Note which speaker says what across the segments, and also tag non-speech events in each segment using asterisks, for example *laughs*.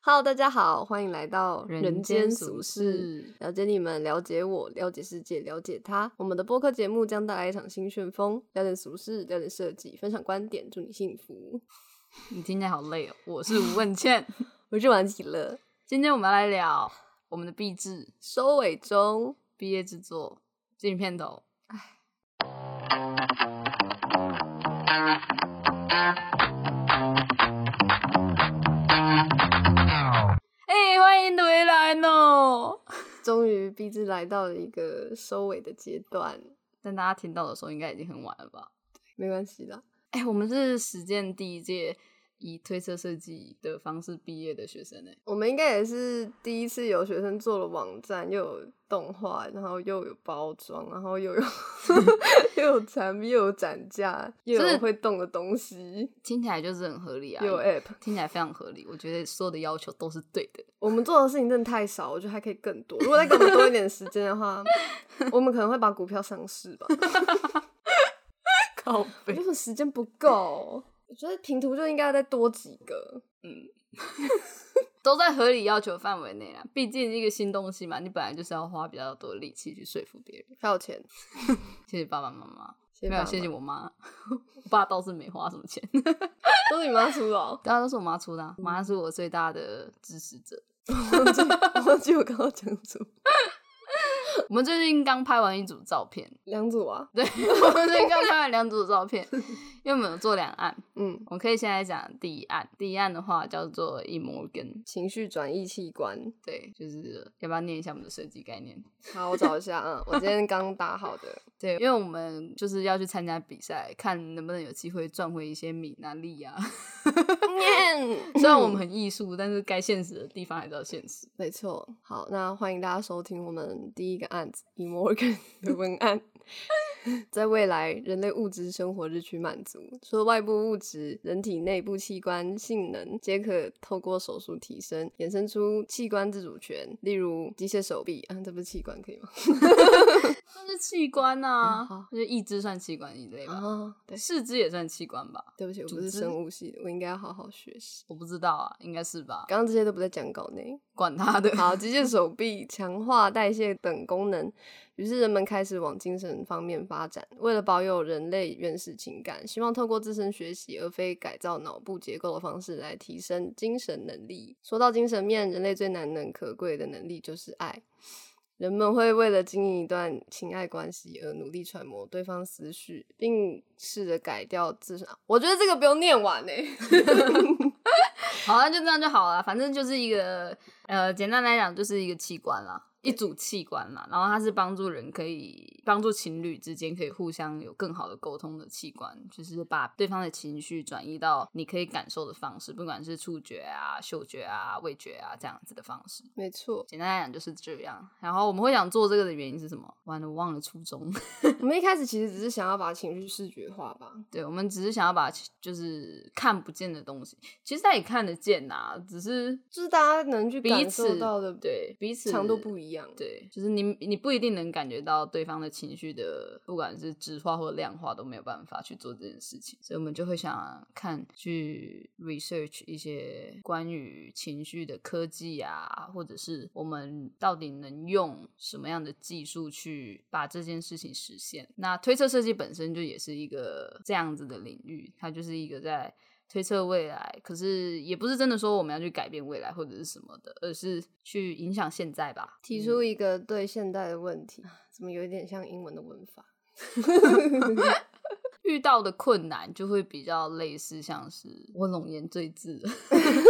Speaker 1: Hello，大家好，欢迎来到人间俗事，
Speaker 2: 事。
Speaker 1: 了解你们，了解我，了解世界，了解他。我们的播客节目将带来一场新旋风，聊点俗事，聊点设计，分享观点，祝你幸福。
Speaker 2: 你今天好累哦，我是吴文倩。
Speaker 1: 我是王喜乐，
Speaker 2: *laughs* 今天我们来聊我们的毕制、
Speaker 1: 收尾中，
Speaker 2: 毕业制作、电影片头。
Speaker 1: *laughs*
Speaker 2: 哎，欢迎回来哦！
Speaker 1: 终于毕志来到了一个收尾的阶段，
Speaker 2: 但大家听到的时候，应该已经很晚了吧？
Speaker 1: 没关系啦。
Speaker 2: 哎、我们是实践第一届以推测设计的方式毕业的学生哎、
Speaker 1: 我们应该也是第一次有学生做了网站，又有动画，然后又有包装，然后又有 *laughs* 又有产品，又有展架，又
Speaker 2: 就是
Speaker 1: 有会动的东西，
Speaker 2: 听起来就是很合理啊，
Speaker 1: 又有 app。
Speaker 2: 听起来非常合理。我觉得所有的要求都是对的。 *laughs*
Speaker 1: 我们做的事情真的太少，我觉得还可以更多。如果再给我们多一点时间的话，我们可能会把股票上市吧。
Speaker 2: 靠
Speaker 1: 我为什么时间不够？我觉得平图就应该要再多几个。
Speaker 2: 都在合理要求范围内啊，毕竟一个新东西嘛，你本来就是要花比较多的力气去说服别人。
Speaker 1: 还有钱，
Speaker 2: 谢谢爸爸妈妈，
Speaker 1: 谢
Speaker 2: 没
Speaker 1: 爸
Speaker 2: 有
Speaker 1: 妈
Speaker 2: 谢谢，我妈，我爸倒是没花什么钱，。
Speaker 1: 都是你妈出的哦
Speaker 2: *laughs* 大家都是我妈出的、啊，我妈是我最大的支持者。
Speaker 1: 忘记忘记我刚刚讲组
Speaker 2: 我们最近刚拍完一组照片，
Speaker 1: 两组啊，
Speaker 2: 对， *laughs* 我们最近刚拍完两组照片，因为我们有做两岸，
Speaker 1: 嗯，
Speaker 2: 我可以现在讲第一案，第一案的话叫做一摩根，
Speaker 1: 情绪转移器官。
Speaker 2: 对，就是要不要念一下我们的设计概念？
Speaker 1: 好，我找一下，嗯，我今天刚打好的，
Speaker 2: 对，因为我们就是要去参加比赛，看能不能有机会赚回一些米啊利啊。 *laughs* 虽然我们很艺术，但是该现实的地方还是要现实。
Speaker 1: 没错，好，那欢迎大家收听我们第一个案子 e Morgan 的文案。 *laughs* 在未来，人类物质生活日趋满足，除了外部物质，人体内部器官性能皆可透过手术提升，衍生出器官自主权，例如机械手臂啊，这不是器官可以吗？
Speaker 2: 但是器官嗯啊
Speaker 1: 嗯好，
Speaker 2: 就是义肢算器官一类吧，
Speaker 1: 啊， *laughs* 对，
Speaker 2: 四肢也算器官吧？
Speaker 1: 对不起，我不
Speaker 2: 组
Speaker 1: 是
Speaker 2: 织
Speaker 1: 生物系的，我应该要好好学习。
Speaker 2: 我不知道啊，应该是吧？
Speaker 1: 刚刚这些都不在讲稿内。
Speaker 2: 管他的，
Speaker 1: 好，机械手臂强化代谢等功能，于是人们开始往精神方面发展。为了保有人类原始情感，希望透过自身学习而非改造脑部结构的方式来提升精神能力。说到精神面，人类最难能可贵的能力就是爱。人们会为了经营一段情爱关系而努力揣摩对方思绪，并试着改掉自身。啊我觉得这个不用念完呢、欸
Speaker 2: 好，那就这样就好了。反正就是一个呃，简单来讲就是一个器官啦，一组器官啦。然后它是帮助人可以帮助情侣之间可以互相有更好的沟通的器官，就是把对方的情绪转移到你可以感受的方式，不管是触觉啊、嗅觉啊、味觉啊这样子的方式。
Speaker 1: *laughs* 没错，
Speaker 2: 简单来讲就是这样。然后我们会想做这个的原因是什么？完了，我忘了初衷。 *laughs*
Speaker 1: 我们一开始其实只是想要把情绪视觉化吧。
Speaker 2: 对，我们只是想要把就是看不见的东西，其实它也看得见呐、只是
Speaker 1: 就是大家能去
Speaker 2: 彼
Speaker 1: 感受
Speaker 2: 此
Speaker 1: 到的
Speaker 2: 对彼此
Speaker 1: 强度不一样。，
Speaker 2: 对，就是你你不一定能感觉到对方的情绪的，不管是直化或量化都没有办法去做这件事情，所以我们就会想看去 research 一些关于情绪的科技啊，或者是我们到底能用什么样的技术去把这件事情实现。那推测设计本身就也是一个这样子的领域，它就是一个在。推测未来，可是也不是真的说我们要去改变未来或者是什么的，而是去影响现在吧。
Speaker 1: 提出一个对现代的问题，怎么有一点像英文的文法？
Speaker 2: 遇到的困难就会比较类似，像是我龙颜最字，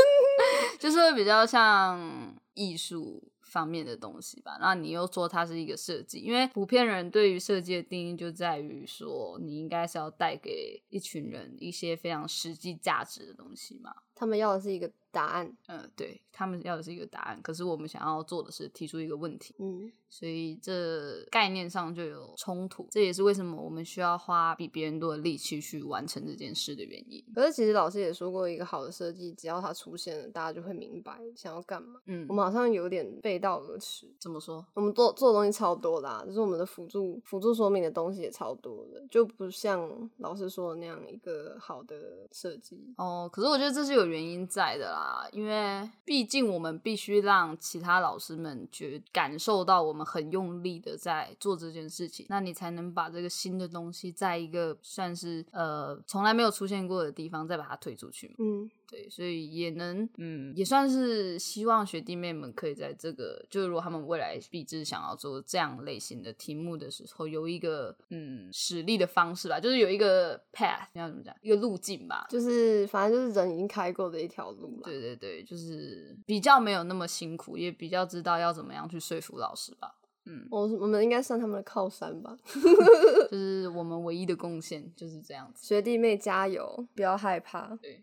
Speaker 2: *laughs* 就是会比较像艺术方面的东西吧。那你又说它是一个设计，因为普遍人对于设计的定义就在于说，你应该是要带给一群人一些非常实际价值的东西嘛。
Speaker 1: 他们要的是一个答案。
Speaker 2: 嗯，对他们要的是一个答案，可是我们想要做的是提出一个问题。
Speaker 1: 嗯，
Speaker 2: 所以这概念上就有冲突，这也是为什么我们需要花比别人多的力气去完成这件事的原因。
Speaker 1: 可是其实老师也说过，一个好的设计，只要它出现了，大家就会明白想要干嘛。
Speaker 2: 嗯
Speaker 1: 我，们好像有点背道而驰。
Speaker 2: 怎么说？
Speaker 1: 我们做做的东西超多的、啊，就是我们的辅助辅助说明的东西也超多的，就不像老师说的那样一个好的设计。
Speaker 2: 哦，可是我觉得这是有有原因在的啦，因为毕竟我们必须让其他老师们觉感受到我们很用力的在做这件事情，那你才能把这个新的东西在一个算是呃从来没有出现过的地方再把它推出去嘛。
Speaker 1: 嗯，
Speaker 2: 对，所以也能，嗯，也算是希望学弟妹们可以在这个，就是如果他们未来必志想要做这样类型的题目的时候，有一个嗯使力的方式吧，就是有一个 path，你要怎么讲，一个路径吧。
Speaker 1: 就是反正就是人已经开过的一条路了。
Speaker 2: 对对对，就是比较没有那么辛苦，也比较知道要怎么样去说服老师吧。嗯，
Speaker 1: 我我们应该算他们的靠山吧，呃
Speaker 2: 就是我们唯一的贡献就是这样子。
Speaker 1: 学弟妹加油，不要害怕，
Speaker 2: 对，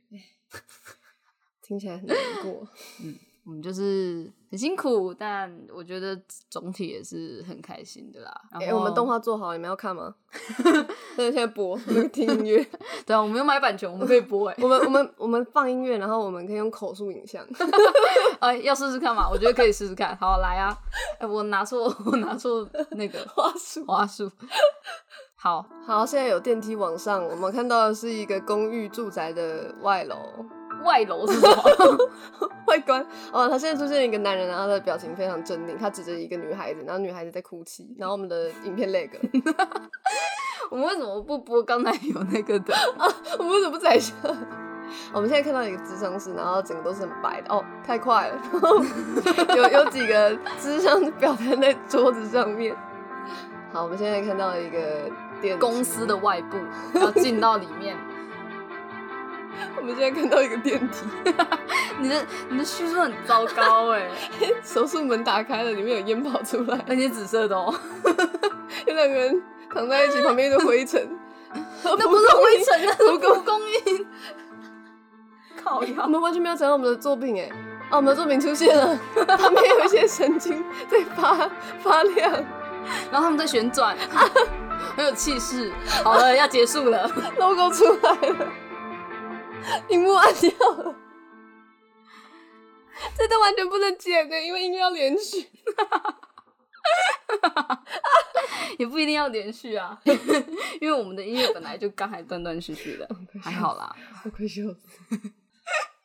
Speaker 1: 听起来很难过。
Speaker 2: 我们就是很辛苦，但我觉得总体也是很开心的啦。然后、
Speaker 1: 哎、我们动画做好了，你们要看吗？ *laughs* 那现在播，我们听音乐。
Speaker 2: 对啊，我们有买版权，我们可以 *laughs* 播哎、
Speaker 1: 我们我们我们放音乐，然后我们可以用口述影像。
Speaker 2: 哎，要试试看嘛？我觉得可以试试看。好，来啊！哎，我拿错， *laughs* 我拿错那个
Speaker 1: 话术。
Speaker 2: *laughs* 花束。好，
Speaker 1: 好，现在有电梯往上，我们看到的是一个公寓住宅的外楼
Speaker 2: 外楼是什么？ *laughs*
Speaker 1: 外观。哦，他现在出现一个男人，然后他的表情非常狰狞，他指着一个女孩子，然后女孩子在哭泣，然后我们的影片 lag 了
Speaker 2: 我们为什么不播刚才有那个 *laughs* 的？
Speaker 1: *laughs* 我们为什么不宰下？我们现在看到一个智商室，然后整个都是很白的哦，太快了。 *laughs* 然后有有几个智商表摊在桌子上面。好，我们现在看到一个电梯
Speaker 2: 公司的外部要进到里面，
Speaker 1: 我们现在看到一个电梯，
Speaker 2: 你的你的叙述很糟糕 *laughs* 哎、
Speaker 1: 手术门打开了，里面有烟跑出来，
Speaker 2: 而且紫色的哦，
Speaker 1: 有两个人躺在一起，旁边一堆灰尘。*laughs*
Speaker 2: 那
Speaker 1: 那
Speaker 2: *laughs* 不是灰尘，那是
Speaker 1: 蒲公
Speaker 2: 蒲公英。靠
Speaker 1: 我
Speaker 2: 腰，
Speaker 1: 们完全没有讲到我们的作品哎，哦，我们的作品出现 *laughs* 了，他们有一些神经在发发亮。
Speaker 2: 然后他们在旋转， *laughs* 很有气势。好了，要结束了。
Speaker 1: logo 出来了，荧幕按掉了，这段完全不能剪的，因为音乐要连续。
Speaker 2: *laughs* 也不一定要连续啊， *laughs* 因为我们的音乐本来就刚才断断续续的，
Speaker 1: 哦
Speaker 2: 还好啦。
Speaker 1: 我哦快笑 *laughs* 死。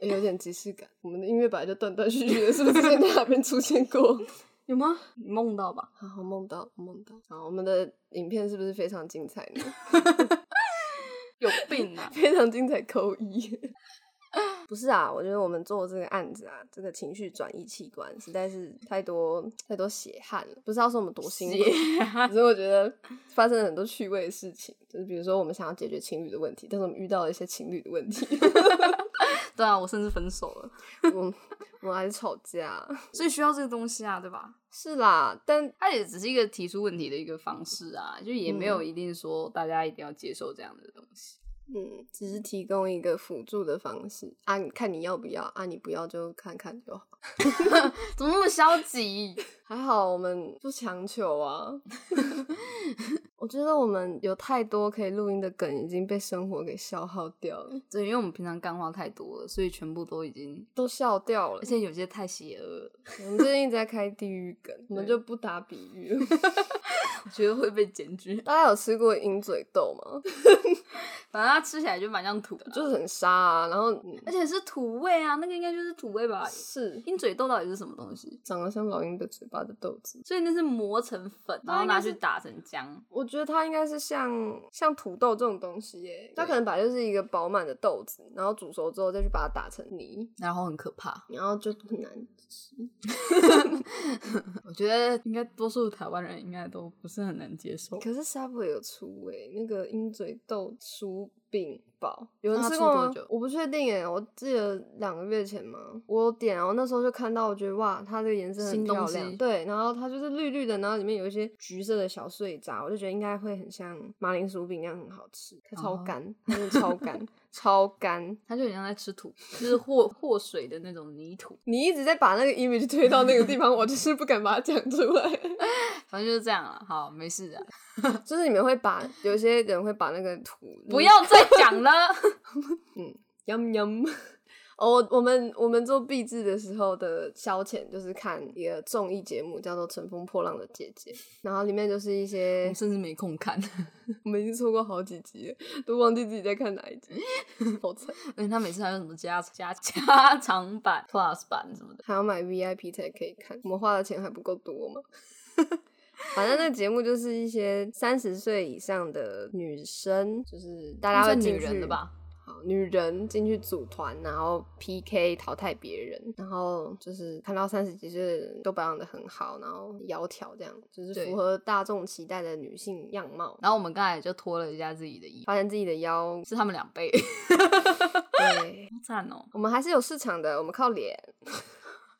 Speaker 1: 有点即视感，我们的音乐本来就断断续续的，是不是在哪边出现过？
Speaker 2: 有吗？你梦到吧？
Speaker 1: *laughs* 好，我梦到，我梦到。好，我们的影片是不是非常精彩呢？
Speaker 2: 有病啊！
Speaker 1: 非常精彩，扣 *laughs* 一。不是啊，我觉得我们做这个案子啊，这个情绪转移器官实在是太多太多血汗了，不知道是我们多辛苦
Speaker 2: 血，
Speaker 1: 所以我觉得发生了很多趣味的事情，就是比如说我们想要解决情侣的问题，但是我们遇到了一些情侣的问题，
Speaker 2: *laughs*
Speaker 1: *laughs*
Speaker 2: 对啊，我甚至分手了，
Speaker 1: 我们我们还是吵架。
Speaker 2: 所以需要这个东西啊，对吧？
Speaker 1: 是啦，但
Speaker 2: 它也只是一个提出问题的一个方式啊，就也没有一定说大家一定要接受这样的东西。
Speaker 1: 嗯，只是提供一个辅助的方式啊，你看你要不要啊，你不要就看看就好，
Speaker 2: 怎么那么消极？ *laughs*
Speaker 1: 还好我们不强求啊。 *laughs* 我觉得我们有太多可以录音的梗已经被生活给消耗掉了，
Speaker 2: 对，因为我们平常干话太多了，所以全部都已经，
Speaker 1: 都笑掉了
Speaker 2: 而。且有些太邪恶了，
Speaker 1: 我们最近一直在开地狱梗，我们
Speaker 2: 对
Speaker 1: 就不打比喻了。 *laughs*
Speaker 2: 我觉得会被检举。
Speaker 1: 大家有吃过鹰嘴豆吗？
Speaker 2: 反正它吃起来就蛮像土的啦，
Speaker 1: 就是很沙啊，然后、嗯
Speaker 2: 而且是土味啊，那个应该就是土味吧？
Speaker 1: 是
Speaker 2: 鹰嘴豆到底是什么东西？
Speaker 1: 长得像老鹰的嘴巴的豆子。
Speaker 2: 所以那是磨成粉，
Speaker 1: 那
Speaker 2: 然后
Speaker 1: 应该
Speaker 2: 拿
Speaker 1: 是
Speaker 2: 去打成浆。
Speaker 1: 我觉得它应该是像像土豆这种东西耶，它
Speaker 2: 对
Speaker 1: 可能本来就是一个饱满的豆子，然后煮熟之后再去把它打成泥，
Speaker 2: 然后很可怕，
Speaker 1: 然后就很难吃。
Speaker 2: 我觉得应该多数台湾人应该都不是很能接受。
Speaker 1: 可是 Subway 有出诶，那个鹰嘴豆薯饼堡，有人
Speaker 2: 那它
Speaker 1: 吃
Speaker 2: 出
Speaker 1: 过
Speaker 2: 多
Speaker 1: 吗
Speaker 2: 久？
Speaker 1: 我不确定诶，我记得两个月前嘛，我有点，然后那时候就看到，我觉得哇，它这个颜色很
Speaker 2: 新东
Speaker 1: 漂
Speaker 2: 西
Speaker 1: 亮，对，然后它就是绿绿的，然后里面有一些橘色的小碎渣，我就觉得应该会很像马铃薯饼那样很好吃，它超
Speaker 2: 哦
Speaker 1: 干，它真的超干，超干。
Speaker 2: 它就很像在吃土，就是和和水的那种泥土，
Speaker 1: 你一直在把那个 image 推到那个地方，我就是不敢把它讲出来。
Speaker 2: 反正就是这样了。好，没事的，
Speaker 1: *laughs* 就是你们会把，有些人会把那个图
Speaker 2: 不要再讲了。
Speaker 1: yum *laughs* yum。哦，我我们我们做壁纸的时候的消遣就是看一个综艺节目，叫做《乘风破浪的姐姐》，然后里面就是一
Speaker 2: 我
Speaker 1: 些 *laughs*
Speaker 2: 们 *laughs* 甚至没空看， *laughs*
Speaker 1: 我们已经错过好几集了，都忘记自己在看哪一集，好惨，
Speaker 2: 而且他每次还有什么加加加长版、Plus *laughs* 版什么的。
Speaker 1: 还要买 VIP 才可以看，我们花的钱还不够多吗？ *laughs* 反正那节目就是一些三十岁以上的女生，就是大家
Speaker 2: 那
Speaker 1: 会
Speaker 2: 是
Speaker 1: 进
Speaker 2: 女人
Speaker 1: 去
Speaker 2: 的吧？
Speaker 1: 好，女人进去组团，然后 PK 淘汰别人，然后就是看到三十几岁的人都保养的很好，然后窈窕这样，就是
Speaker 2: 对
Speaker 1: 符合大众期待的女性样貌。
Speaker 2: 然后我们刚才就脱了一下自己的衣服，
Speaker 1: 发现自己的腰， *laughs*
Speaker 2: 是他们两倍，
Speaker 1: 对
Speaker 2: 好惨哦，
Speaker 1: 我们还是有市场的，我们靠脸。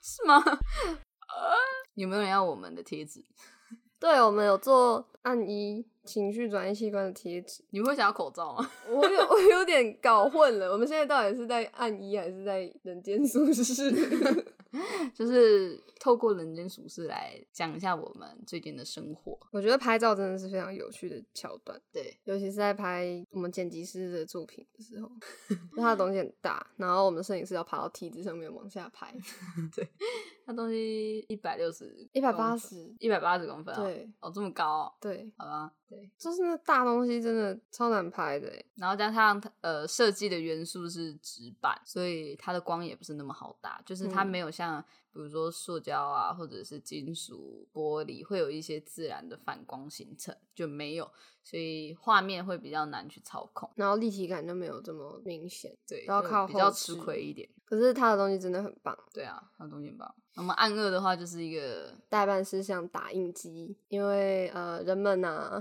Speaker 2: 是吗？ *laughs* 呃有没有人要我们的贴纸？
Speaker 1: 对，我们有做按一情绪转移器官的贴纸。
Speaker 2: 你们会想要口罩吗？ *laughs*
Speaker 1: 我有我有点搞混了，我们现在到底是在按一还是在人间 *laughs* 俗世？
Speaker 2: 就是透过人间俗事来讲一下我们最近的生活。
Speaker 1: 我觉得拍照真的是非常有趣的桥段。
Speaker 2: 对，
Speaker 1: 尤其是在拍我们剪辑师的作品的时候，因为他的东西很大，然后我们摄影师要爬到梯子上面往下拍，
Speaker 2: 那东西一百六十，
Speaker 1: 一百八，十，
Speaker 2: 一百八十公分啊！，
Speaker 1: 对
Speaker 2: 哦，这么高哦、
Speaker 1: 对，
Speaker 2: 好吧，对。
Speaker 1: 就是那大东西真的超难拍的欸，
Speaker 2: 然后加上它呃设计的元素是纸板，所以它的光也不是那么好打，就是它
Speaker 1: 嗯
Speaker 2: 没有像比如说塑胶啊或者是金属玻璃会有一些自然的反光形成，就没有，所以画面会比较难去操控，
Speaker 1: 然后立体感就没有这么明显，
Speaker 2: 对，
Speaker 1: 都要
Speaker 2: 就
Speaker 1: 靠
Speaker 2: 比
Speaker 1: 后
Speaker 2: 较吃
Speaker 1: 置
Speaker 2: 亏一点。
Speaker 1: 可是他的东西真的很棒。
Speaker 2: 对啊，它的东西很棒。那么暗恶的话就是一个
Speaker 1: 代办事项打印机，因为呃，人们呐、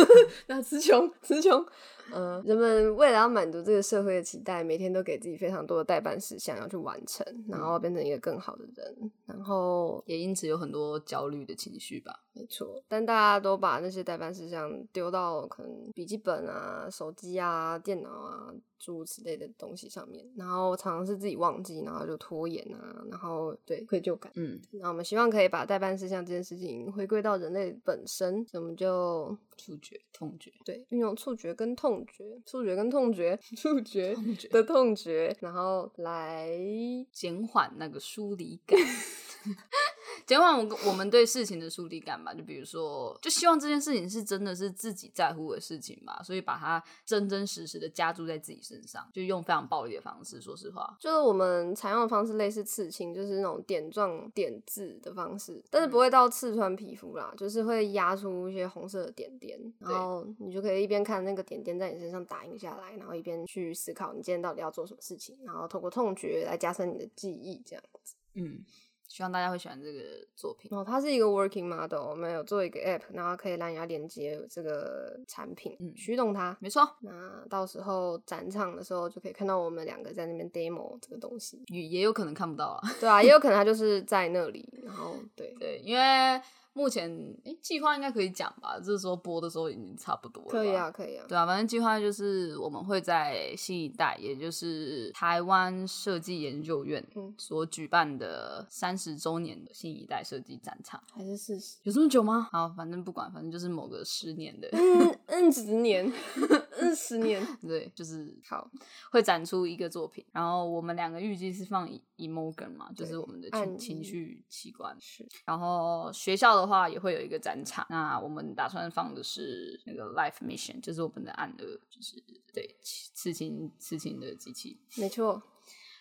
Speaker 1: *laughs* 那词穷词穷，呃，人们为了要满足这个社会的期待，每天都给自己非常多的代办事项要去完成，然后变成一个更好的人，然后
Speaker 2: 也因此有很多焦虑的情绪吧。
Speaker 1: 没错，但大家都把那些代办事项丢到可能笔记本啊、手机啊、电脑啊诸如此类的东西上面，然后常常是自己忘记，然后就拖延啊，然后对愧疚感。
Speaker 2: 嗯，
Speaker 1: 那我们希望可以把代办事项这件事情回归到人类本身，所以我们就
Speaker 2: 触觉、痛觉、
Speaker 1: 对运用触觉跟痛觉、触觉跟痛觉、 *laughs* 触觉
Speaker 2: 痛觉
Speaker 1: 的痛觉，然后来
Speaker 2: 减缓那个疏离感， *laughs* 减缓我们我们对事情的疏离感吧。就比如说，就希望这件事情是真的是自己在乎的事情吧，所以把它真真实实的加注在自己身上，就用非常暴力的方式。说实话，
Speaker 1: 就是我们采用的方式类似刺青，就是那种点状点字的方式，但是不
Speaker 2: 嗯
Speaker 1: 会到刺穿皮肤啦，就是会压出一些红色的点点，然
Speaker 2: 对
Speaker 1: 后你就可以一边看那个点点在你身上打印下来，然后一边去思考你今天到底要做什么事情，然后透过痛觉来加深你的记忆，这样。
Speaker 2: 嗯，希望大家会喜欢这个作品。
Speaker 1: 哦，它是一个 working model，我们有做一个 app，然后可以让人家连接这个产品，
Speaker 2: 嗯
Speaker 1: 驱动它。
Speaker 2: 没错，
Speaker 1: 那到时候展场的时候就可以看到我们两个在那边 demo 这个东西。
Speaker 2: 也也有可能看不到啊。 *laughs*
Speaker 1: 对啊，也有可能他就是在那里，然后对，
Speaker 2: 对，因为目前诶计划应该可以讲吧，就是说播的时候已经差不多了。
Speaker 1: 可以啊，。可以啊。
Speaker 2: 对啊，反正计划就是我们会在新一代，也就是台湾设计研究院
Speaker 1: 嗯
Speaker 2: 所举办的三十周年的新一代设计展场，
Speaker 1: 还是四十，
Speaker 2: 有这么久吗？好，反正不管，反正就是某个十年的，
Speaker 1: 嗯嗯，十年， *laughs* 嗯十年，
Speaker 2: *laughs* 对，就是
Speaker 1: 好，
Speaker 2: 会展出一个作品。然后我们两个预计是放 emotion 嘛，就是
Speaker 1: 对
Speaker 2: 我们的
Speaker 1: 按一
Speaker 2: 情情绪器官。
Speaker 1: 是
Speaker 2: 然后学校的话也会有一个展场，那我们打算放的是那个 Life Mission，就是我们的暗恶，就是对刺刺青刺青的机器。
Speaker 1: 没错，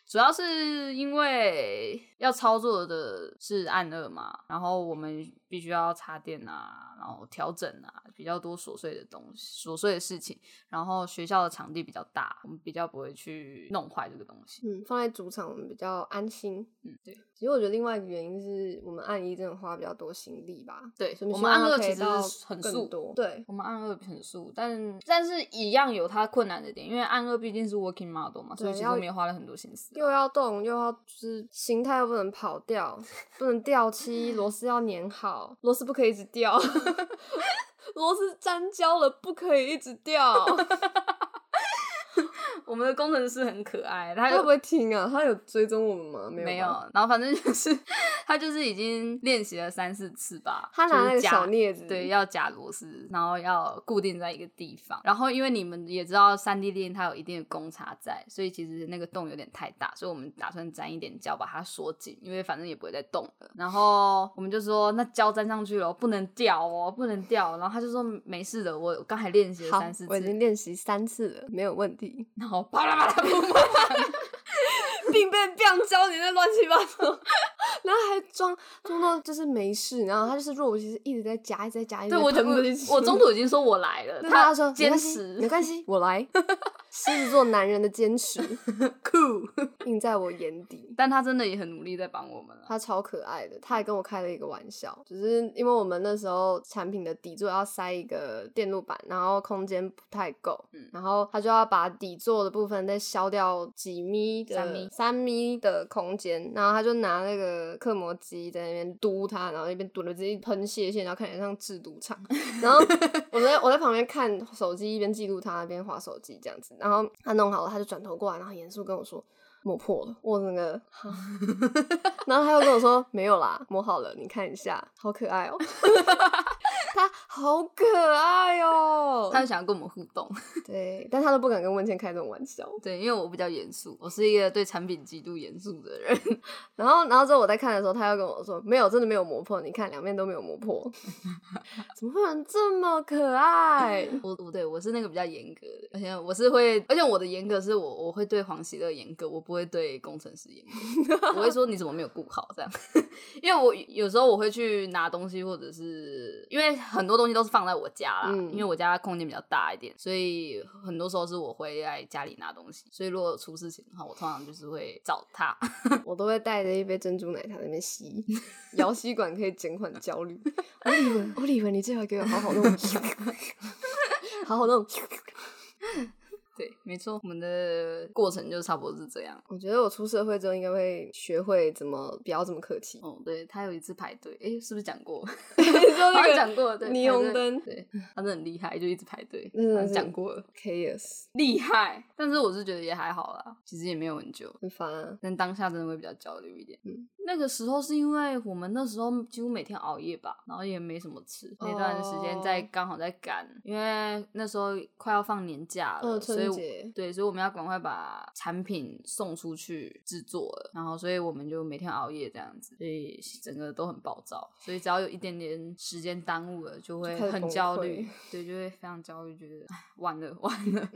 Speaker 2: 主要是因为要操作的是暗二嘛，然后我们必须要插电啊，然后调整啊，比较多琐碎的东西、琐碎的事情。然后学校的场地比较大，我们比较不会去弄坏这个东西。
Speaker 1: 嗯，放在主场我们比较安心。
Speaker 2: 嗯，对
Speaker 1: 其实我觉得另外一个原因是我们按一真的花比较多心力吧，
Speaker 2: 对，
Speaker 1: 所以
Speaker 2: 我
Speaker 1: 希
Speaker 2: 们
Speaker 1: 望
Speaker 2: 暗
Speaker 1: 它
Speaker 2: 二
Speaker 1: 可以
Speaker 2: 其实
Speaker 1: 到
Speaker 2: 很
Speaker 1: 更
Speaker 2: 速
Speaker 1: 多，对，
Speaker 2: 我们暗二很素，但但是一样有它困难的点，因为暗二毕竟是 working model 嘛，所以
Speaker 1: 对
Speaker 2: 其实
Speaker 1: 要
Speaker 2: 我们也花了很多心思。
Speaker 1: 又要动，又要就是形态又不能跑掉，不能掉漆，螺丝要粘好，螺丝不可以一直掉， *laughs* *laughs* 螺丝粘胶了不可以一直掉。
Speaker 2: 我们的工程师很可爱，他
Speaker 1: 他会
Speaker 2: 有
Speaker 1: 不会听啊？他有追踪我们吗？没有，
Speaker 2: 没有。然后反正就是他就是已经练习了三四次吧，
Speaker 1: 他拿
Speaker 2: 就是
Speaker 1: 那个
Speaker 2: 夹
Speaker 1: 小镊子
Speaker 2: 对，要夹螺丝，然后要固定在一个地方。然后因为你们也知道三 D 链它有一定的公差在，所以其实那个洞有点太大，所以我们打算粘一点胶把它锁紧，因为反正也不会再动了。然后我们就说那胶粘上去了，不能掉哦，不能掉。然后他就说没事的，我刚才练习了
Speaker 1: 好
Speaker 2: 三四，
Speaker 1: 我已
Speaker 2: 次，
Speaker 1: 经练习三次了，没有问题。
Speaker 2: 然后啪啦啪啦啪啦。 *laughs*
Speaker 1: 并被这样教你那乱七八糟，然后还装装到就是没事，然后他就是若无其事一直在夹，一直在夹，一直
Speaker 2: 对，
Speaker 1: 在
Speaker 2: 我就
Speaker 1: 喷
Speaker 2: 我
Speaker 1: 东西
Speaker 2: 我中途已经说我来了，
Speaker 1: 对他说没
Speaker 2: 坚
Speaker 1: 关系
Speaker 2: 持
Speaker 1: 没关
Speaker 2: *laughs*
Speaker 1: 系，我来。狮子座男人的坚持
Speaker 2: 酷，
Speaker 1: 印在我眼底。
Speaker 2: 但他真的也很努力在帮我们啊了。
Speaker 1: 他超可爱的，他还跟我开了一个玩笑，只是因为我们那时候产品的底座要塞一个电路板，然后空间不太够，
Speaker 2: 嗯
Speaker 1: 然后他就要把底座的部分再削掉几米的
Speaker 2: 三咪
Speaker 1: 三米的空间，然后他就拿那个刻磨机在那边嘟它，然后一边嘟了直接喷泄线，然后看起来像制毒
Speaker 2: *laughs*
Speaker 1: 厂。然后我在我在旁边看手机，一边记录他，一边划手机这样子。然后他弄好了，他就转头过来，然后很严肃跟我说。磨破了，我整个，哈然后他又跟我说没有啦，磨好了，你看一下，好可爱哦、 *laughs* 他好可爱哦、
Speaker 2: 他就想要跟我们互动， *laughs*
Speaker 1: 对，但他都不敢跟温倩开这种玩笑。
Speaker 2: 对，因为我比较严肃，我是一个对产品极度严肃的人。
Speaker 1: 然后，然后之后我在看的时候，他又跟我说：“没有，真的没有磨破，你看两面都没有磨破。”怎么会有人这么可爱？ *laughs*
Speaker 2: 我我对我是那个比较严格的，而且我是会，而且我的严格是我我会对黄喜乐严格，我不会对工程师严格，我会说你怎么没有顾好这样， *laughs* 因为我有时候我会去拿东西，或者是因为很多东西都是放在我家啦，
Speaker 1: 嗯
Speaker 2: 因为我家空间比较大一点，所以很多时候是我会在家里拿东西，所以如果有出事情的话，我通常就是会找他。 *laughs*
Speaker 1: 我都会带着一杯珍珠奶茶在那边吸，摇吸管可以减缓焦虑。 *laughs* 我以为，我以为你最后给我好好弄， *laughs* 好好弄。 *laughs*
Speaker 2: 对，没错，我们的过程就差不多是这样。
Speaker 1: 我觉得我出社会之后应该会学会怎么不要这么客气。
Speaker 2: 哦，对他有一次排队，诶，是不是讲过？ *laughs*
Speaker 1: 你说
Speaker 2: 好
Speaker 1: 那
Speaker 2: 像
Speaker 1: 个
Speaker 2: 讲过，对，
Speaker 1: 霓虹
Speaker 2: 排队
Speaker 1: 灯
Speaker 2: 对，他真的很厉害，就一直排队，
Speaker 1: 真的
Speaker 2: 他
Speaker 1: 是
Speaker 2: 讲过了，
Speaker 1: chaos
Speaker 2: 厉害。但是我是觉得也还好啦，其实也没有很久，
Speaker 1: 很烦啊，
Speaker 2: 但当下真的会比较焦虑一点。
Speaker 1: 嗯
Speaker 2: 那个时候是因为我们那时候几乎每天熬夜吧，然后也没什么吃，那段时间在
Speaker 1: 哦
Speaker 2: 刚好在赶，因为那时候快要放年假了，
Speaker 1: 嗯
Speaker 2: 所以
Speaker 1: 春
Speaker 2: 我
Speaker 1: 节
Speaker 2: 对，所以我们要赶快把产品送出去制作了，然后所以我们就每天熬夜这样子，所以整个都很暴躁，所以只要有一点点时间耽误了，就会
Speaker 1: 就开始
Speaker 2: 很
Speaker 1: 崩
Speaker 2: 焦
Speaker 1: 溃
Speaker 2: 虑，对，就会非常焦虑，觉得唉完了 *laughs* 完了。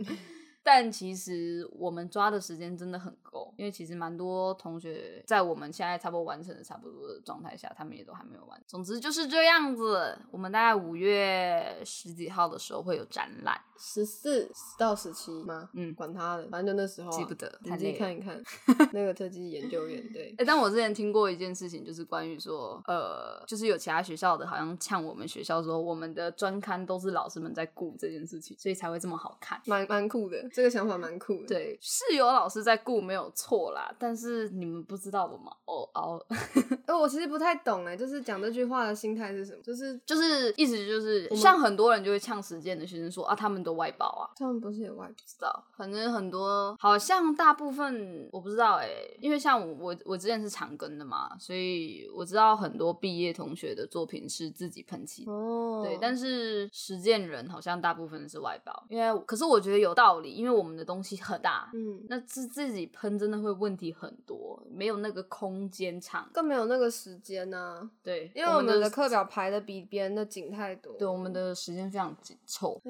Speaker 2: 但其实我们抓的时间真的很够，因为其实蛮多同学在我们现在差不多完成的差不多的状态下，他们也都还没有完。总之就是这样子。我们大概五月十几号的时候会有展览，
Speaker 1: 十四到十七吗？
Speaker 2: 嗯
Speaker 1: 管他的，反正就那时候啊、
Speaker 2: 记不得
Speaker 1: 你
Speaker 2: 太
Speaker 1: 自己
Speaker 2: 累了
Speaker 1: 看一 *laughs* 看。那个特技研究员，对，
Speaker 2: 哎、但我之前听过一件事情，就是关于说，呃，就是有其他学校的，好像呛我们学校说，我们的专刊都是老师们在顾这件事情，所以才会这么好看。
Speaker 1: *laughs* 蛮蛮酷的，这个想法蛮酷的。，
Speaker 2: 对，是有老师在顾没有错啦，但是你们不知道我们哦熬熬，
Speaker 1: 哎、我其实不太懂哎，就是讲这句话的心态是什么？就是
Speaker 2: *laughs* 就是意思就是，
Speaker 1: 我们
Speaker 2: 像很多人就会呛实践的学生说啊，他们都外包啊，
Speaker 1: 他们不是也外
Speaker 2: 不知道，反正很多好像大部分我不知道哎、因为像我我我之前是长庚的嘛，所以我知道很多毕业同学的作品是自己喷漆的
Speaker 1: 哦
Speaker 2: 对，但是实践人好像大部分是外包，因为可是我觉得有道理，因为我们的东西很大，
Speaker 1: 嗯，
Speaker 2: 那自自己喷真的会问题很多，没有那个空间场。
Speaker 1: 更没有那个时间呢、
Speaker 2: 对，
Speaker 1: 因为我们的
Speaker 2: 时
Speaker 1: 课表排的比别人的紧太多。
Speaker 2: 对我们。的时间非常紧凑，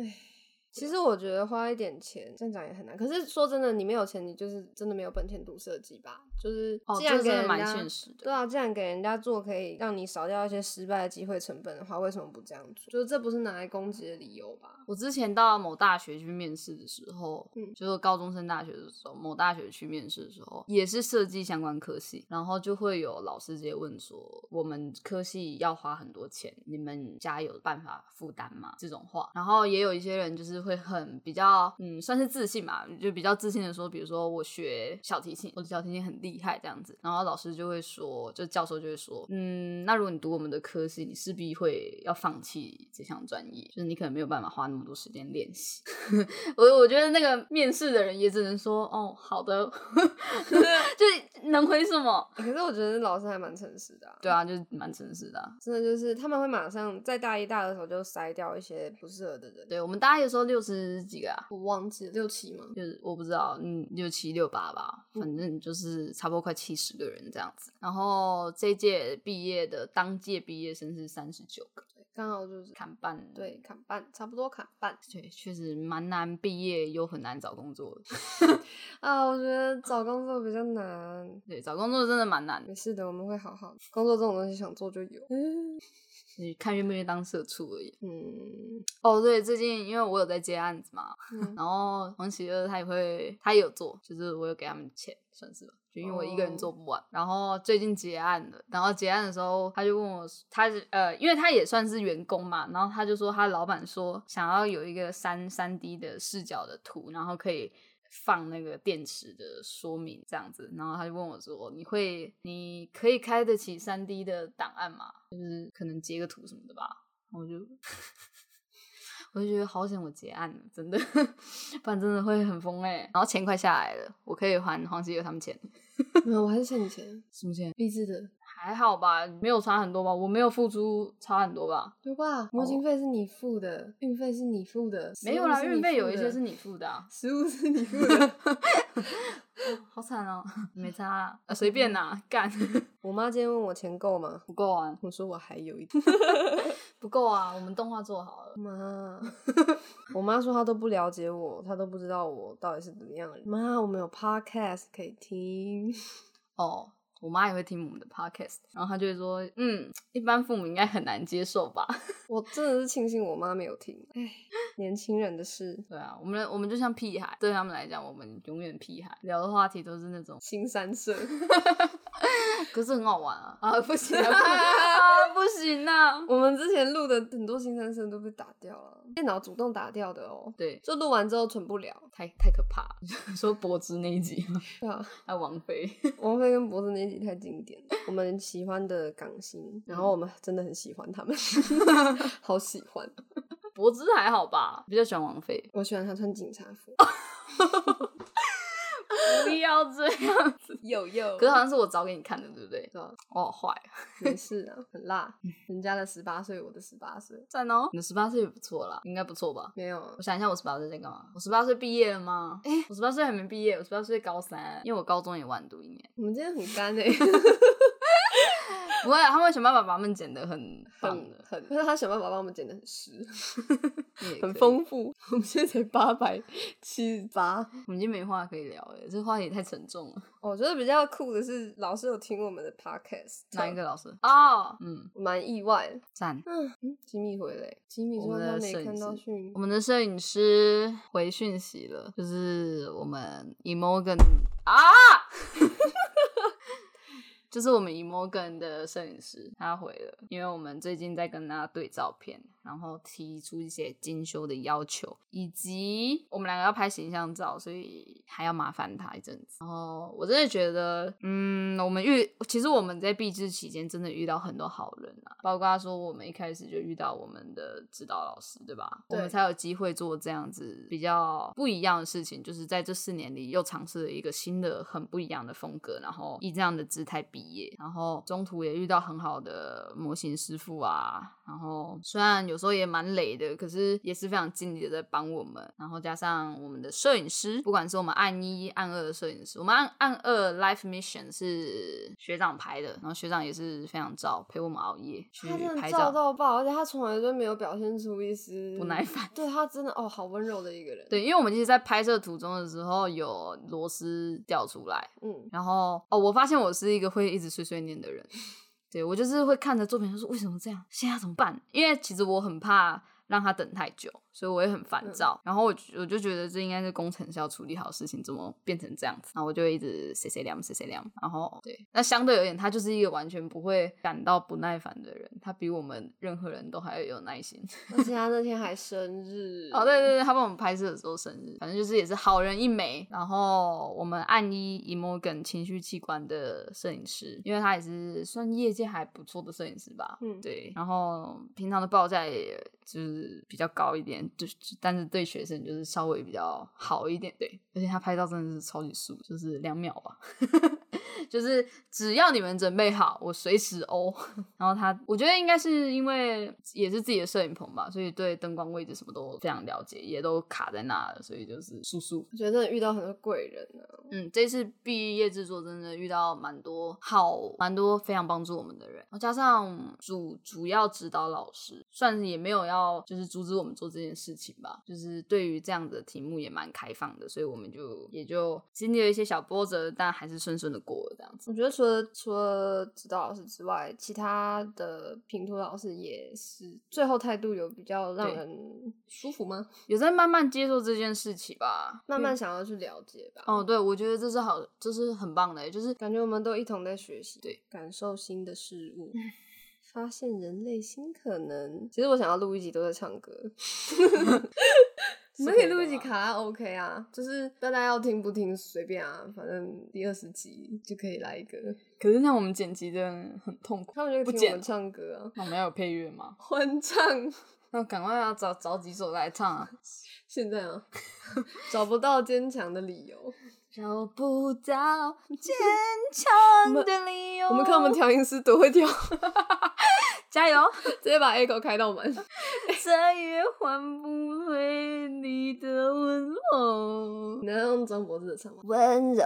Speaker 1: 其实我觉得花一点钱，这样讲也很难。可是说真的，你没有钱，你就是真的没有本钱读设计吧？就是
Speaker 2: 哦，
Speaker 1: 既
Speaker 2: 这
Speaker 1: 然给
Speaker 2: 真的
Speaker 1: 人
Speaker 2: 蛮
Speaker 1: 家
Speaker 2: 现实的。
Speaker 1: 对啊，这样给人家做可以让你少掉一些失败的机会成本的话，为什么不这样做？就是这不是拿来攻击的理由吧？
Speaker 2: 我之前到某大学去面试的时候，
Speaker 1: 嗯
Speaker 2: 就是高中升大学的时候，某大学去面试的时候，也是设计相关科系，然后就会有老师直接问说，我们科系要花很多钱，你们家有办法负担吗？这种话，然后也有一些人就是就是会很比较嗯，算是自信吧，就比较自信的说，比如说我学小提琴，我的小提琴很厉害这样子，然后老师就会说，就教授就会说，嗯，那如果你读我们的科系，你势必会要放弃这项专业，就是你可能没有办法花那么多时间练习。 *laughs* 我我觉得那个面试的人也只能说，哦，好的， *laughs* 就是能回什么？
Speaker 1: 欸可是我觉得老师还蛮诚实的、啊，
Speaker 2: 对啊，就是蛮诚实的啊、
Speaker 1: 真的就是他们会马上在大一、大二的时候就筛掉一些不适合的人，
Speaker 2: 对我们大一的时候六十几个啊，
Speaker 1: 我忘记了六七吗？
Speaker 2: 就是我不知道，嗯，六七六八吧，反正就是差不多快七十个人这样子。然后这一届毕业的当届毕业生是三十九个，
Speaker 1: 刚好就是
Speaker 2: 砍半。
Speaker 1: 对砍半，差不多砍半
Speaker 2: 对，确实蛮难毕业又很难找工作的。
Speaker 1: 啊。我觉得找工作比较难，
Speaker 2: *laughs* 对，找工作真的蛮难的，
Speaker 1: 没事的，我们会好好的。工作这种东西想做就有。
Speaker 2: 你看愿不愿意当社畜而已。
Speaker 1: 嗯，
Speaker 2: 哦，对，最近因为我有在接案子嘛， *laughs*
Speaker 1: 嗯
Speaker 2: 然后黄喜乐他也会，他也有做，就是我有给他们钱，算是吧。就因为我一个人
Speaker 1: 哦
Speaker 2: 做不完然后最近结案了，然后结案的时候他就问我，他是呃，因为他也算是员工嘛，然后他就说他老板说想要有一个三三 D 的视角的图，然后可以放那个电池的说明这样子，然后他就问我说，你会你可以开得起三 D 的档案吗？就是可能截个图什么的吧，我就我就觉得好险我结案了，真的， *laughs* 不然真的会很疯哎、然后钱快下来了，我可以还黄希友他们钱，
Speaker 1: 没有，我还是欠你钱，
Speaker 2: 什么钱？
Speaker 1: 励志的，
Speaker 2: 还好吧，没有差很多吧，我没有付出差很多吧，
Speaker 1: 对吧？模型费是你付的，运费是你付的，
Speaker 2: 没有啦，
Speaker 1: 食物是
Speaker 2: 运
Speaker 1: 你
Speaker 2: 费
Speaker 1: 付
Speaker 2: 有一些
Speaker 1: 的
Speaker 2: 是你付的、啊，
Speaker 1: 食物是你付 *laughs* 的。
Speaker 2: 好惨哦、 *laughs* 没差啦，呃随、便啦，干 *laughs*
Speaker 1: 我妈今天问我钱够吗？
Speaker 2: 不够啊，
Speaker 1: 我说我还有一点。
Speaker 2: 不够啊，我们动画做好了，
Speaker 1: 妈， *laughs* 我妈说她都不了解我，她都不知道我到底是怎么样的人。妈，我们有 podcast 可以听。 *laughs*
Speaker 2: 哦。我妈也会听我们的 podcast，然后她就会说，嗯，一般父母应该很难接受吧。 *laughs*
Speaker 1: 我真的是庆幸我妈没有听。哎，年轻人的事，
Speaker 2: 对啊，我们我们就像屁孩，对他们来讲，我们永远屁孩，聊的话题都是那种，
Speaker 1: 新三社。
Speaker 2: 可是很好玩啊啊，不行啊，啊 *laughs* 不行啊，
Speaker 1: 我们之前录的很多新三社都被打掉了，电脑主动打掉的哦。
Speaker 2: 对，
Speaker 1: 就录完之后存不了。
Speaker 2: 太太可怕了。 *laughs* 说柏芝那一集， *laughs*
Speaker 1: 对啊，
Speaker 2: 还有王菲，
Speaker 1: 王菲跟博子那集太经典了，我们喜欢的港星，然后我们真的很喜欢他们， *laughs* 好喜欢。
Speaker 2: 柏芝还好吧，比较喜欢王菲。
Speaker 1: 我喜欢他穿警察
Speaker 2: *laughs*
Speaker 1: 服。
Speaker 2: 不要这样，
Speaker 1: 有有
Speaker 2: *laughs* 可是好像是我找给你看的，对不对？
Speaker 1: 对啊，
Speaker 2: 我好坏啊，
Speaker 1: 没事啊，很辣。人家的十八岁，我的十八岁，
Speaker 2: 赞哦。你的十八岁也不错啦，应该不错吧？
Speaker 1: 没有啊
Speaker 2: 我。想一下，我十八岁在干嘛？我十八岁毕业了吗？哎、我十八岁还没毕业，我十八岁高三，因为我高中也晚读一年。
Speaker 1: 我们今天很干欸
Speaker 2: *laughs*
Speaker 1: 诶、
Speaker 2: 不会啊，他们会想办法把它们剪得很棒的
Speaker 1: 很，很，但是他想办法把我们剪得很实，
Speaker 2: 你也
Speaker 1: 很
Speaker 2: 可以。
Speaker 1: 丰富。 *laughs* 我们现在才八百七十八。
Speaker 2: 我们已经没话可以聊了，这话题也太沉重了。
Speaker 1: 我觉得哦比较酷的是，老师有听我们的 podcast，
Speaker 2: 哪一？个老师？哦，嗯，
Speaker 1: 我蛮意外的。
Speaker 2: 赞。
Speaker 1: 嗯，嗯吉米回来，吉米
Speaker 2: 我
Speaker 1: 说
Speaker 2: 们
Speaker 1: 他
Speaker 2: 的
Speaker 1: 没
Speaker 2: 摄影
Speaker 1: 看到
Speaker 2: 师
Speaker 1: 讯息
Speaker 2: 我。们的摄影师回讯息了，就是我们 Emogen 啊， *laughs* 就是我们 Emogen 的摄影师，他回了，因为我们最近在跟他对照片，然后提出一些精修的要求，以及我们两个要拍形象照，所以还要麻烦他一阵子。然后我真的觉得，嗯，我们遇其实我们在毕制期间真的遇到很多好人啊，包括说我们一开始就遇到我们的指导老师，对吧？我
Speaker 1: 对
Speaker 2: 们才有机会做这样子比较不一样的事情，就是在这四年里又尝试了一个新的很不一样的风格，然后以这样的姿态毕业，然后中途也遇到很好的模型师傅啊，然后虽然有时候也蛮累的，可是也是非常尽力的在帮我们，然后加上我们的摄影师，不管是我们按一、按二的摄影师，我们按按二 Life Mission 是学长拍的，然后学长也是非常照陪我们熬夜去
Speaker 1: 他真的
Speaker 2: 拍
Speaker 1: 照
Speaker 2: 照，
Speaker 1: 到爆，而且他从来都没有表现出一丝
Speaker 2: 不耐烦。
Speaker 1: 对他真的哦，好温柔的一个人。，
Speaker 2: 对，因为我们其实，在拍摄途中的时候有螺丝掉出来，
Speaker 1: 嗯，
Speaker 2: 然后哦，我发现我是一个会一直碎碎念的人，对我就是会看着作品，就说为什么这样，现在要怎么办？因为其实我很怕让他等太久，所以我也很烦躁。然后我我就觉得这应该是工程是要处理好事情，怎么变成这样子？然后我就会一直谁谁凉谁谁凉。然后对，那相对而言，他就是一个完全不会感到不耐烦的人，他比我们任何人都还要有耐心。。
Speaker 1: 而且他那天还生日
Speaker 2: *laughs* 哦，对对对，他帮我们拍摄的时候生日，反正就是也是好人一枚。然后我们暗一 Emogen 情绪器官的摄影师，因为他也是算业界还不错的摄影师吧，
Speaker 1: 嗯
Speaker 2: 对。然后平常的报价也就是比较高一点，就是但是对学生就是稍微比较好一点，对。而且他拍照真的是超级速，就是两秒吧。 *laughs* 就是只要你们准备好，我随时欧。 *laughs* 然后他，我觉得应该是因为也是自己的摄影棚吧，所以对灯光位置什么都非常了解，也都卡在那了，所以就是叔叔。
Speaker 1: 我觉得真的遇到很多贵人啊，
Speaker 2: 嗯，这次毕业制作真的遇到蛮多好，蛮多非常帮助我们的人，然后加上主主要指导老师，算是也没有要就是阻止我们做这件事情吧，就是对于这样子的题目也蛮开放的，所以我们就也就经历了一些小波折，但还是顺顺的过了这样子。
Speaker 1: 我觉得除了除了指导老师之外，其他的评图老师也是最后态度有比较让
Speaker 2: 对
Speaker 1: 人舒服吗？
Speaker 2: 有在慢慢接受这件事情吧，
Speaker 1: 慢慢
Speaker 2: 嗯。
Speaker 1: 想要去了解吧。
Speaker 2: 哦，对，我觉得这是好，这是很棒的，欸就是
Speaker 1: 感觉我们都一同在学习，
Speaker 2: 对，
Speaker 1: 感受新的事物， *laughs* 发现人类新可能。其实我想要录一集都在唱歌，我们可以录一集卡拉 OK 啊，就是大家要听不听随便啊，反正第二十集就可以来一个，
Speaker 2: 可是那我们剪辑真的很痛苦。
Speaker 1: 他们就
Speaker 2: 不
Speaker 1: 会听
Speaker 2: 剪
Speaker 1: 我们唱歌啊，
Speaker 2: 那我们要有配乐吗？
Speaker 1: 欢唱。
Speaker 2: 那赶快要找找几首来唱啊！
Speaker 1: 现在啊， *laughs* 找不到坚强的理由。
Speaker 2: 找不到 *laughs* 坚强的理由。
Speaker 1: 我们看
Speaker 2: *laughs*
Speaker 1: 我们调音师多会调，
Speaker 2: 加油！
Speaker 1: *laughs* 直接把 echo 开到满。 *laughs*
Speaker 2: 再也换不回你的温柔
Speaker 1: 你。能用张柏芝的唱吗？*laughs*
Speaker 2: 温柔，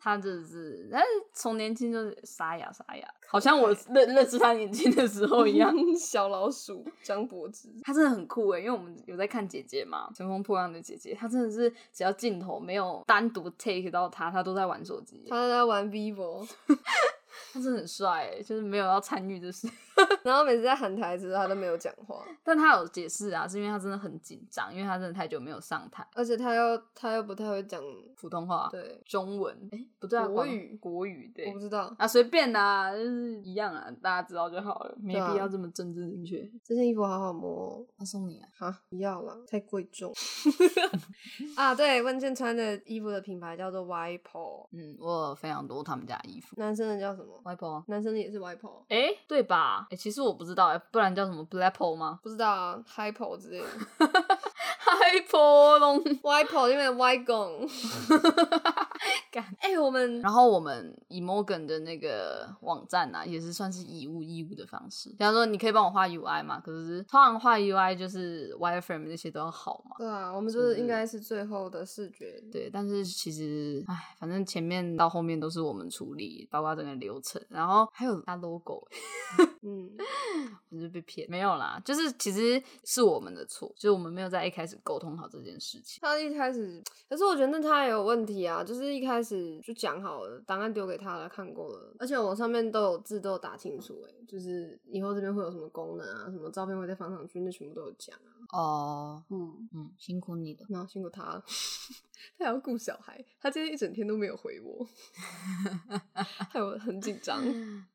Speaker 2: 他就是，但是从年轻就是沙哑沙哑，好像我认认识他年轻的时候一样。
Speaker 1: 哦 *laughs* 小老鼠张柏芝。
Speaker 2: *laughs* 他真的很酷欸诶，因为我们有在看姐姐嘛，《乘风破浪的姐姐》，她真的是只要镜头没有单独 take 到她，她都在玩手机，
Speaker 1: 他在玩 vivo，
Speaker 2: 她真的很帅诶，就是没有要参与这事。 *laughs*
Speaker 1: 然后每次在喊台词，他都没有讲话，
Speaker 2: 但她有解释啊，是因为她真的很紧张，因为她真的太久没有上台
Speaker 1: 而且他又他又不太会讲，
Speaker 2: 普通话、
Speaker 1: 对，
Speaker 2: 中文，诶，不对啊，
Speaker 1: 国
Speaker 2: 广
Speaker 1: 语
Speaker 2: 国语
Speaker 1: 我
Speaker 2: 对
Speaker 1: 不。知道
Speaker 2: 啊，随便啦、就是一样啊，大家知道就好了，没
Speaker 1: 对啊
Speaker 2: 必要这么政治正确。
Speaker 1: 这件衣服好好摸、哦。
Speaker 2: 他送你啊，
Speaker 1: 啊，不要了，太贵
Speaker 2: *laughs*
Speaker 1: 重啊！对，问健穿的衣服的品牌叫做 YPO，
Speaker 2: 嗯，我有非常多他们家的衣服，
Speaker 1: 男生的叫什么？
Speaker 2: 外婆。
Speaker 1: 男生的也是 YPO，
Speaker 2: 哎、对吧？哎、其实我不知道、诶不然叫什么 Blapple 吗？ *laughs*
Speaker 1: 不知道啊，Hypo 之类的。
Speaker 2: 嗨波龙。
Speaker 1: 歪跑因为歪 *laughs* 拱，
Speaker 2: *laughs* 干
Speaker 1: 哎、我们
Speaker 2: 然后我们 Emogen 的那个网站啊，也是算是以物易物的方式。比方说，你可以帮我画 UI 嘛？可是通常画 UI 就是 wireframe 那些都要好嘛。
Speaker 1: 对啊，我们就
Speaker 2: 不
Speaker 1: 是
Speaker 2: 是
Speaker 1: 应该是最后的视觉，
Speaker 2: 对，但是其实，唉，反正前面到后面都是我们处理，包括整个流程，然后还有加 logo，
Speaker 1: 嗯，
Speaker 2: 我就被骗，没有啦，就是其实是我们的错，就是我们没有在一开始沟通好这件事情。
Speaker 1: 他一开始，可是我觉得那他也有问题啊，就是一开始就讲好了，档案丢给他了，看过了，而且我上面都有字都有打清楚、哎，就是以后这边会有什么功能啊，什么照片会再放上去，那全部都有讲啊，
Speaker 2: 哦，
Speaker 1: 嗯，
Speaker 2: 嗯，辛苦你了。
Speaker 1: 然后辛苦他了， *laughs* 他还要顾小孩，他今天一整天都没有回我，害我很紧张，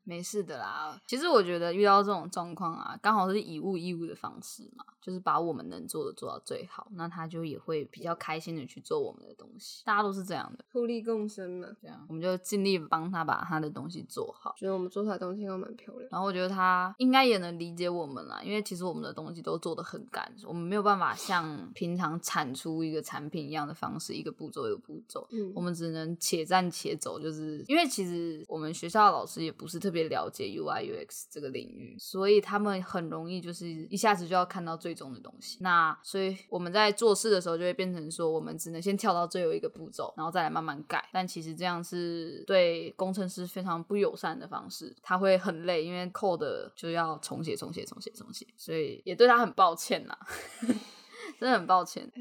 Speaker 2: 没事的啦。其实我觉得遇到这种状况啊，刚好是以物易物的方式嘛，就是把我们能做的做到最好，那他就也会比较开心的去做我们的东西。大家都是这样的，
Speaker 1: 互利共生嘛，
Speaker 2: 这样我们就尽力帮他把他的东西做好。
Speaker 1: 觉得我们做出来的东西应该蛮漂亮。
Speaker 2: 然后我觉得他应该也能理解我们啦，因为其实我们的东西都做得很赶，我们没有办法像平常产出一个产品一样的方式，一个步骤一个步骤。
Speaker 1: 嗯
Speaker 2: 我们只能且战且走，就是因为其实我们学校的老师也不是特别了解 UI UX 这个领域，所以他们很容易就是一下子就要看到最终的东西。那所以我们在做事的时候就会变成说，我们只能先跳到最后一个步骤，然后再来慢慢改。但其实这样是对工程师非常不友善的方式，他会很累，因为 code 就要重写、重写、重写、重写，所以也对他很抱歉啦。 *laughs* 真的很抱歉。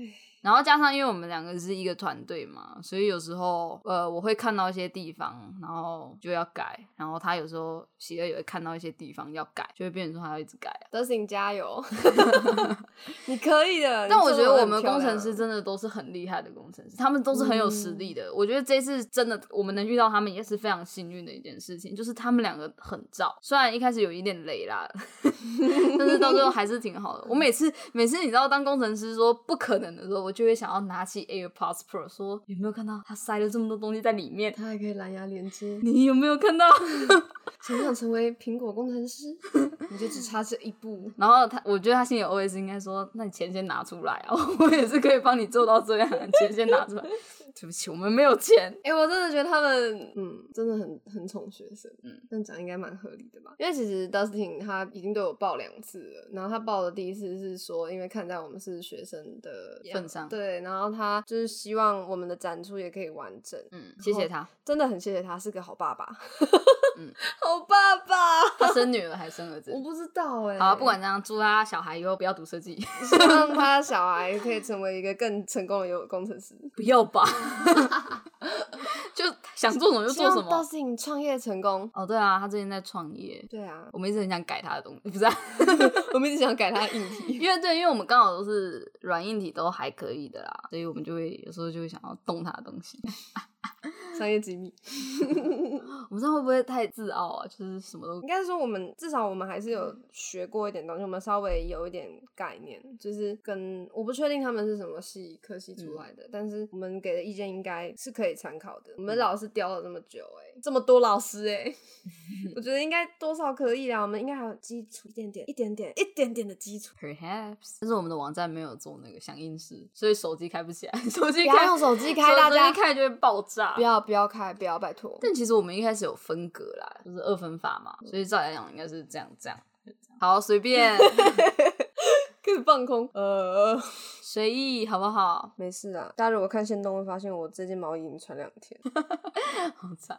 Speaker 2: 然后加上，因为我们两个是一个团队嘛，所以有时候呃，我会看到一些地方，然后就要改。然后他有时候喜乐也会看到一些地方要改，就会变成说他要一直改啊。
Speaker 1: 德行加油， *laughs* 你可以的。
Speaker 2: 但
Speaker 1: 你
Speaker 2: 我
Speaker 1: 做
Speaker 2: 觉
Speaker 1: 得
Speaker 2: 得我
Speaker 1: 很
Speaker 2: 们
Speaker 1: 漂
Speaker 2: 工程
Speaker 1: 亮啊
Speaker 2: 师真的都是很厉害的工程师，他们都是很有实力
Speaker 1: 嗯
Speaker 2: 的。我觉得这次真的我们能遇到他们也是非常幸运的一件事情，就是他们两个很照，虽然一开始有一点雷啦， *laughs* 但是到最后还是挺好的。我每次每次你知道当工程师说不可能的时候，我就会想要拿起 AirPods Pro 说有没有看到他塞了这么多东西在里面？ *laughs*
Speaker 1: 它还可以蓝牙连接。
Speaker 2: 你有没有看到？
Speaker 1: 想不想成为苹果工程师？你就只差这一步。
Speaker 2: 然后他，我觉得他心里 OS 应该说：“那你钱先拿出来啊， *laughs* 我也是可以帮你做到这样，钱先拿出来。” *laughs* 对不起，我们没有钱。
Speaker 1: 哎、我真的觉得他们，嗯，真的很很宠学生，嗯，这样讲应该蛮合理的吧？因为其实 Dustin 他已经对我报两次了，然后他报的第一次是说，因为看在我们是学生的
Speaker 2: 份上
Speaker 1: 对，然后他就是希望我们的展出也可以完整，
Speaker 2: 嗯，谢谢他，
Speaker 1: 真的很谢谢他，是个好爸爸，
Speaker 2: 嗯，
Speaker 1: *laughs* 好爸爸，
Speaker 2: 他生女儿还生儿子
Speaker 1: 我。不知道哎、
Speaker 2: 好、啊，不管怎样，祝他小孩以后不要读设计， *laughs*
Speaker 1: 希望他小孩可以成为一个更成功的游工程师，
Speaker 2: 不
Speaker 1: *laughs*
Speaker 2: 要吧，就想做什么就
Speaker 1: 希
Speaker 2: 做
Speaker 1: 望
Speaker 2: 什么。
Speaker 1: Dustin 创业成功。
Speaker 2: 哦，对啊，他最近在创业，
Speaker 1: 对啊，
Speaker 2: 我们一直很想改他的东西，不是、啊？
Speaker 1: *laughs* 我们一直想改他的硬体。
Speaker 2: *laughs* 因为对，因为我们刚好都是软硬体都还可以的啦，所以我们就会有时候就会想要动他的东西。 *laughs*
Speaker 1: 商业机密，
Speaker 2: 我们这样会不会太自傲啊？就是什么都
Speaker 1: 应该是说我们至少我们还是有学过一点东西，我们稍微有一点概念，就是跟我不确定他们是什么系科系出来的，但是我们给的意见应该是可以参考的。我们老师雕了这么久、哎，这么多老师、哎， *laughs* 我觉得应该多少可以啦，我们应该还有基础一点点、一点点、一点点的基础。
Speaker 2: Perhaps，但是我们的网站没有做那个响应式，所以手机开不起来。 *laughs* 手
Speaker 1: 不
Speaker 2: 机
Speaker 1: 要
Speaker 2: 开
Speaker 1: 用手机
Speaker 2: 手
Speaker 1: 开，大
Speaker 2: 手
Speaker 1: 家
Speaker 2: 机开就会爆炸
Speaker 1: 不。要不要开，不要拜 *laughs* 托。
Speaker 2: 但其实我们一开始有分隔啦，就是二分法嘛，所以照理来讲应该是这样这样。好，
Speaker 1: *laughs*
Speaker 2: 随便
Speaker 1: 开始放空，呃，
Speaker 2: 随意好不好？
Speaker 1: 没事啊。大家如果看线动会发现我这件毛衣已经穿两天， *laughs*
Speaker 2: 好惨，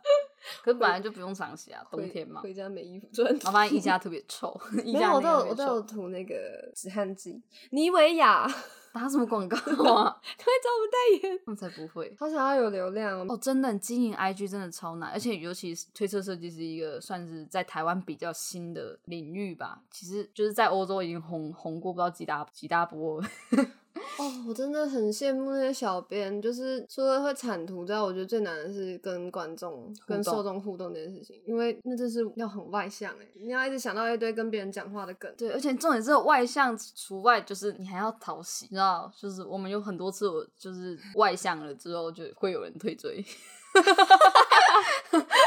Speaker 2: 可是本来就不用常洗啊，冬
Speaker 1: 回
Speaker 2: 天嘛。
Speaker 1: 回家没衣服穿。
Speaker 2: 然后发现衣架特别臭，衣
Speaker 1: *laughs* 没
Speaker 2: 架
Speaker 1: 有，我
Speaker 2: 那
Speaker 1: 都
Speaker 2: 个
Speaker 1: 有
Speaker 2: 特别
Speaker 1: 我都有
Speaker 2: 臭。
Speaker 1: 涂那个止汗剂，妮维雅，快 *laughs*
Speaker 2: 打什么广告啊？
Speaker 1: 找我们代言，
Speaker 2: 那才不会。
Speaker 1: 好想要有流量哦。
Speaker 2: 哦，真的，经营 IG 真的超难，而且尤其是推测设计是一个算是在台湾比较新的领域吧。其实就是在欧洲已经红红过不知道几大几大波了。
Speaker 1: 哦，我真的很羡慕那些小编，就是除了会产图之外，我觉得最难的是跟观众、跟
Speaker 2: 动
Speaker 1: 受众互动这件事情，因为那真是要很外向哎，你要一直想到一堆跟别人讲话的梗。
Speaker 2: 对，而且重点是外向除外，就是你还要讨喜，你知道？就是我们有很多次我就是外向了之后，就会有人退追。 *laughs*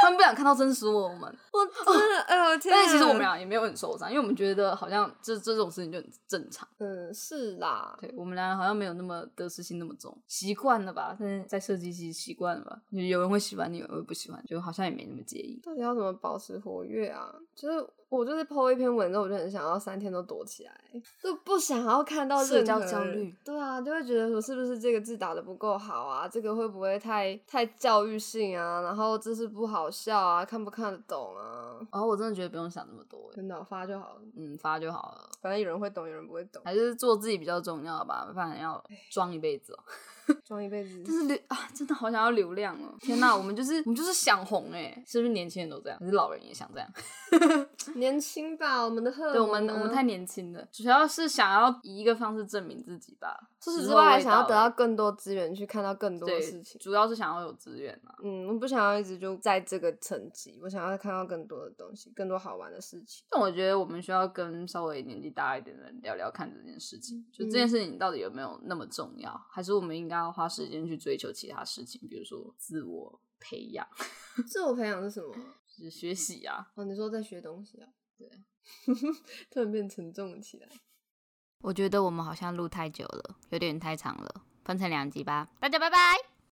Speaker 2: 他们不想看到真实我们，
Speaker 1: 我真 *laughs* 的，哎呦天啊！
Speaker 2: 但是其实我们俩也没有很受伤，因为我们觉得好像这这种事情就很正常。
Speaker 1: 嗯是啦，
Speaker 2: 对我们俩好像没有那么得失心那么重，习惯了吧？但是在设计系习惯了吧？就有人会喜欢你，有人会不喜欢，就好像也没那么介意。
Speaker 1: 到底要怎么保持活跃啊？就是我就是 PO 一篇文章，我就很想要三天都躲起来，就不想要看到
Speaker 2: 社
Speaker 1: 任
Speaker 2: 交
Speaker 1: 何
Speaker 2: 焦
Speaker 1: 人
Speaker 2: 虑。
Speaker 1: 对啊，就会觉得说是不是这个字打的不够好啊？这个会不会太太教育性啊？然后这是不好笑啊？看不看得懂啊？
Speaker 2: 然后我真的觉得不用想那么多，
Speaker 1: 跟脑发就好了，
Speaker 2: 嗯，发就好了，
Speaker 1: 反正有人会懂，有人不会懂，
Speaker 2: 还是做自己比较重要吧，不然要装一辈子哦。
Speaker 1: 装一辈子
Speaker 2: 但。是流 *laughs* 啊，真的好想要流量哦！天哪，我们就是我们就是想红哎、是不是年轻人都这样？可是老人也想这样？
Speaker 1: 年轻吧，我们的荷
Speaker 2: 啊对
Speaker 1: 尔
Speaker 2: 我们
Speaker 1: 蒙
Speaker 2: 我们
Speaker 1: 啊
Speaker 2: 太年轻了，主要是想要以一个方式证明自己吧。
Speaker 1: 除
Speaker 2: 时
Speaker 1: 此之
Speaker 2: 候
Speaker 1: 外，还
Speaker 2: 未
Speaker 1: 想要
Speaker 2: 了
Speaker 1: 得到更多资源，去看到更多的
Speaker 2: 对
Speaker 1: 事情。
Speaker 2: 主要是想要有资源啊。
Speaker 1: 嗯，我不想要一直就在这个层级，我想要看到更多的东西，更多好玩的事情。 *laughs*
Speaker 2: 但我觉得我们需要跟稍微年纪大一点的人聊聊看这件事情，就
Speaker 1: 嗯
Speaker 2: 这件事情到底有没有那么重要，还是我们应该要花时间去追求其他事情，比如说自我培养，
Speaker 1: 自我培养是什么？
Speaker 2: 就是学习啊。
Speaker 1: 哦，你说在学东西啊？对， *laughs* 突然变沉重了起来。
Speaker 2: 我觉得我们好像录太久了，有点太长了，分成两集吧。大家拜拜。